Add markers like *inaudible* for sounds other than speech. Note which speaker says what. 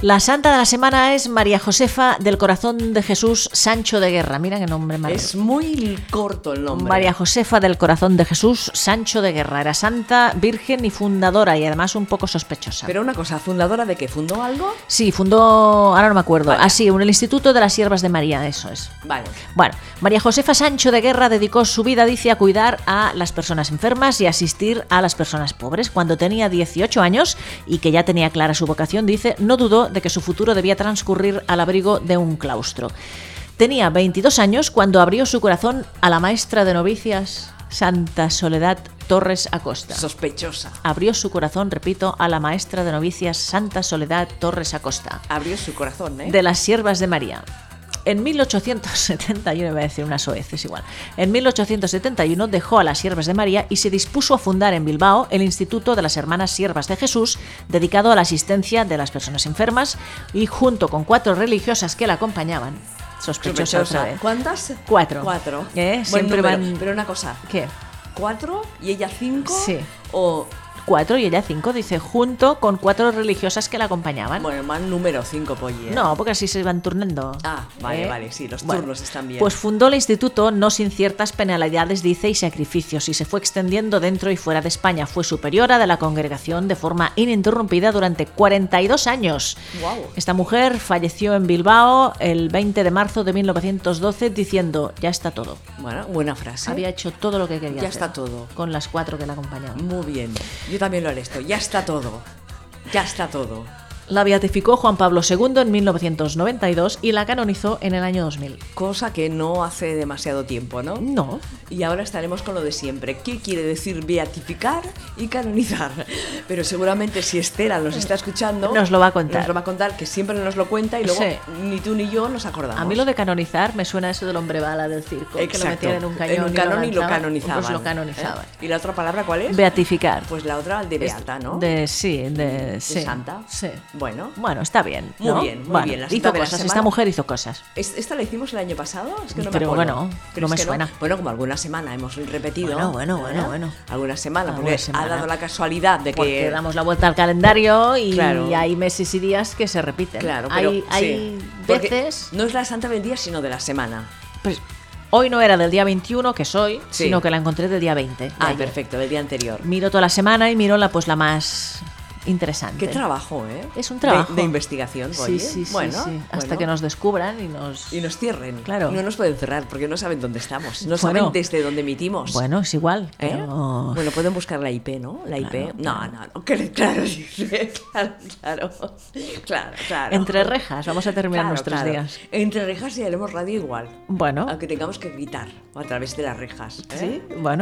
Speaker 1: La santa de la semana es María Josefa del Corazón de Jesús Sancho de Guerra. Mira qué nombre más.
Speaker 2: Es muy corto el nombre.
Speaker 1: María Josefa del Corazón de Jesús Sancho de Guerra. Era santa, virgen y fundadora y además un poco sospechosa.
Speaker 2: Pero una cosa, ¿fundadora de qué? ¿Fundó algo?
Speaker 1: Sí, fundó, ahora no me acuerdo. Así, un el Instituto de las Siervas de María, eso es.
Speaker 2: Vale.
Speaker 1: Bueno, María Josefa Sancho de Guerra dedicó su vida, dice, a cuidar a las personas enfermas y asistir a las personas pobres. Cuando tenía 18 años y que ya tenía clara su vocación, dice, no dudó de que su futuro debía transcurrir al abrigo de un claustro. Tenía 22 años cuando abrió su corazón a la maestra de novicias, Santa Soledad Torres Acosta.
Speaker 2: Sospechosa.
Speaker 1: Abrió su corazón, repito, a la maestra de novicias Santa Soledad Torres Acosta,
Speaker 2: Abrió su corazón, ¿eh?
Speaker 1: de las Siervas de María. En 1871, iba a decir una soez, es igual. En 1871 dejó a las Siervas de María y se dispuso a fundar en Bilbao el Instituto de las Hermanas Siervas de Jesús, dedicado a la asistencia de las personas enfermas, y junto con cuatro religiosas que la acompañaban. Sospechosa, otra vez.
Speaker 2: ¿Cuántas?
Speaker 1: Cuatro.
Speaker 2: Cuatro.
Speaker 1: Eh,
Speaker 2: Buen
Speaker 1: siempre
Speaker 2: número.
Speaker 1: van-
Speaker 2: Pero una cosa,
Speaker 1: ¿Qué?
Speaker 2: ¿cuatro y ella cinco?
Speaker 1: Sí.
Speaker 2: O,
Speaker 1: Cuatro y ella cinco, dice, junto con cuatro religiosas que la acompañaban.
Speaker 2: bueno, más número cinco, Polly. ¿eh?
Speaker 1: No, porque así se van turnando. ¿Eh?
Speaker 2: Ah, vale, vale, sí, los turnos están bien.
Speaker 1: Pues fundó el instituto no sin ciertas penalidades, dice, y sacrificios, y se fue extendiendo dentro y fuera de España. Fue superiora de la congregación de forma ininterrumpida durante 42 años.
Speaker 2: Guau.
Speaker 1: Esta mujer falleció en Bilbao el 20 de marzo de 1912 diciendo, ya está todo.
Speaker 2: Bueno, buena frase.
Speaker 1: Había hecho todo lo que quería
Speaker 2: Ya
Speaker 1: hacer
Speaker 2: está todo.
Speaker 1: Con las cuatro que la acompañaban.
Speaker 2: Muy bien. Yo también lo haré esto. Ya está todo. Ya está todo.
Speaker 1: La beatificó Juan Pablo II en 1992 y la canonizó en el año 2000.
Speaker 2: Cosa que no hace demasiado tiempo, ¿no?
Speaker 1: No.
Speaker 2: Y ahora estaremos con lo de siempre. ¿Qué quiere decir beatificar y canonizar? Pero seguramente si Estela nos está escuchando...
Speaker 1: Nos lo va a contar.
Speaker 2: Nos lo va a contar, que siempre nos lo cuenta y luego
Speaker 1: Sí.
Speaker 2: ni tú ni yo nos acordamos.
Speaker 1: A mí lo de canonizar me suena a eso del hombre bala del circo, que
Speaker 2: Exacto.
Speaker 1: lo metían en un cañón,
Speaker 2: canon y lo
Speaker 1: lanzaban,
Speaker 2: canonizaban.
Speaker 1: Pues lo canonizaban.
Speaker 2: ¿Eh? ¿Y la otra palabra cuál es?
Speaker 1: Beatificar.
Speaker 2: Pues la otra, de Beata, ¿no?
Speaker 1: De, sí, de,
Speaker 2: De Santa.
Speaker 1: Sí.
Speaker 2: Bueno.
Speaker 1: Bueno, está bien.
Speaker 2: Muy
Speaker 1: ¿no?
Speaker 2: bien, muy
Speaker 1: Bueno,
Speaker 2: bien, la Santa
Speaker 1: hizo
Speaker 2: de la
Speaker 1: cosas,
Speaker 2: semana.
Speaker 1: esta mujer hizo cosas.
Speaker 2: ¿Es- ¿Esta la hicimos el año pasado? Es que no
Speaker 1: Pero
Speaker 2: me acuerdo.
Speaker 1: bueno, no
Speaker 2: Pero es
Speaker 1: me
Speaker 2: que
Speaker 1: suena.
Speaker 2: Bueno, como alguna semana hemos repetido.
Speaker 1: Bueno, bueno, bueno,
Speaker 2: ¿no?
Speaker 1: bueno.
Speaker 2: Alguna semana,
Speaker 1: Alguna
Speaker 2: porque
Speaker 1: semana.
Speaker 2: ha dado la casualidad de
Speaker 1: Porque
Speaker 2: que...
Speaker 1: damos la vuelta al calendario y
Speaker 2: Claro.
Speaker 1: hay meses y días que se repiten.
Speaker 2: Claro, pero
Speaker 1: hay,
Speaker 2: sí,
Speaker 1: hay
Speaker 2: porque
Speaker 1: veces...
Speaker 2: No es la santa del día, sino de la semana.
Speaker 1: Pues, hoy no era del día 21, que soy,
Speaker 2: Sí.
Speaker 1: sino que la encontré del día 20. de
Speaker 2: Ah,
Speaker 1: ayer.
Speaker 2: perfecto, del día anterior.
Speaker 1: Miro toda la semana y miro la, pues, la más interesante.
Speaker 2: Qué trabajo, ¿eh?
Speaker 1: Es un
Speaker 2: De-
Speaker 1: trabajo.
Speaker 2: De, investigación,
Speaker 1: Sí,
Speaker 2: oye.
Speaker 1: sí, sí,
Speaker 2: Bueno,
Speaker 1: sí. Hasta
Speaker 2: bueno.
Speaker 1: que nos descubran y nos...
Speaker 2: Y nos cierren.
Speaker 1: Claro.
Speaker 2: No nos pueden cerrar porque no saben dónde estamos. No
Speaker 1: Bueno.
Speaker 2: saben desde dónde emitimos.
Speaker 1: Bueno, es igual.
Speaker 2: ¿Eh?
Speaker 1: pero-
Speaker 2: Bueno, pueden buscar la IP, ¿no? La IP. No, no, no. que- Claro, *laughs* sí, claro, claro. Claro, claro.
Speaker 1: Entre rejas, vamos a terminar
Speaker 2: Claro,
Speaker 1: nuestros
Speaker 2: claro.
Speaker 1: días.
Speaker 2: Entre rejas y haremos radio igual.
Speaker 1: Bueno,
Speaker 2: Aunque tengamos que gritar o a través de las rejas. ¿eh?
Speaker 1: sí, bueno.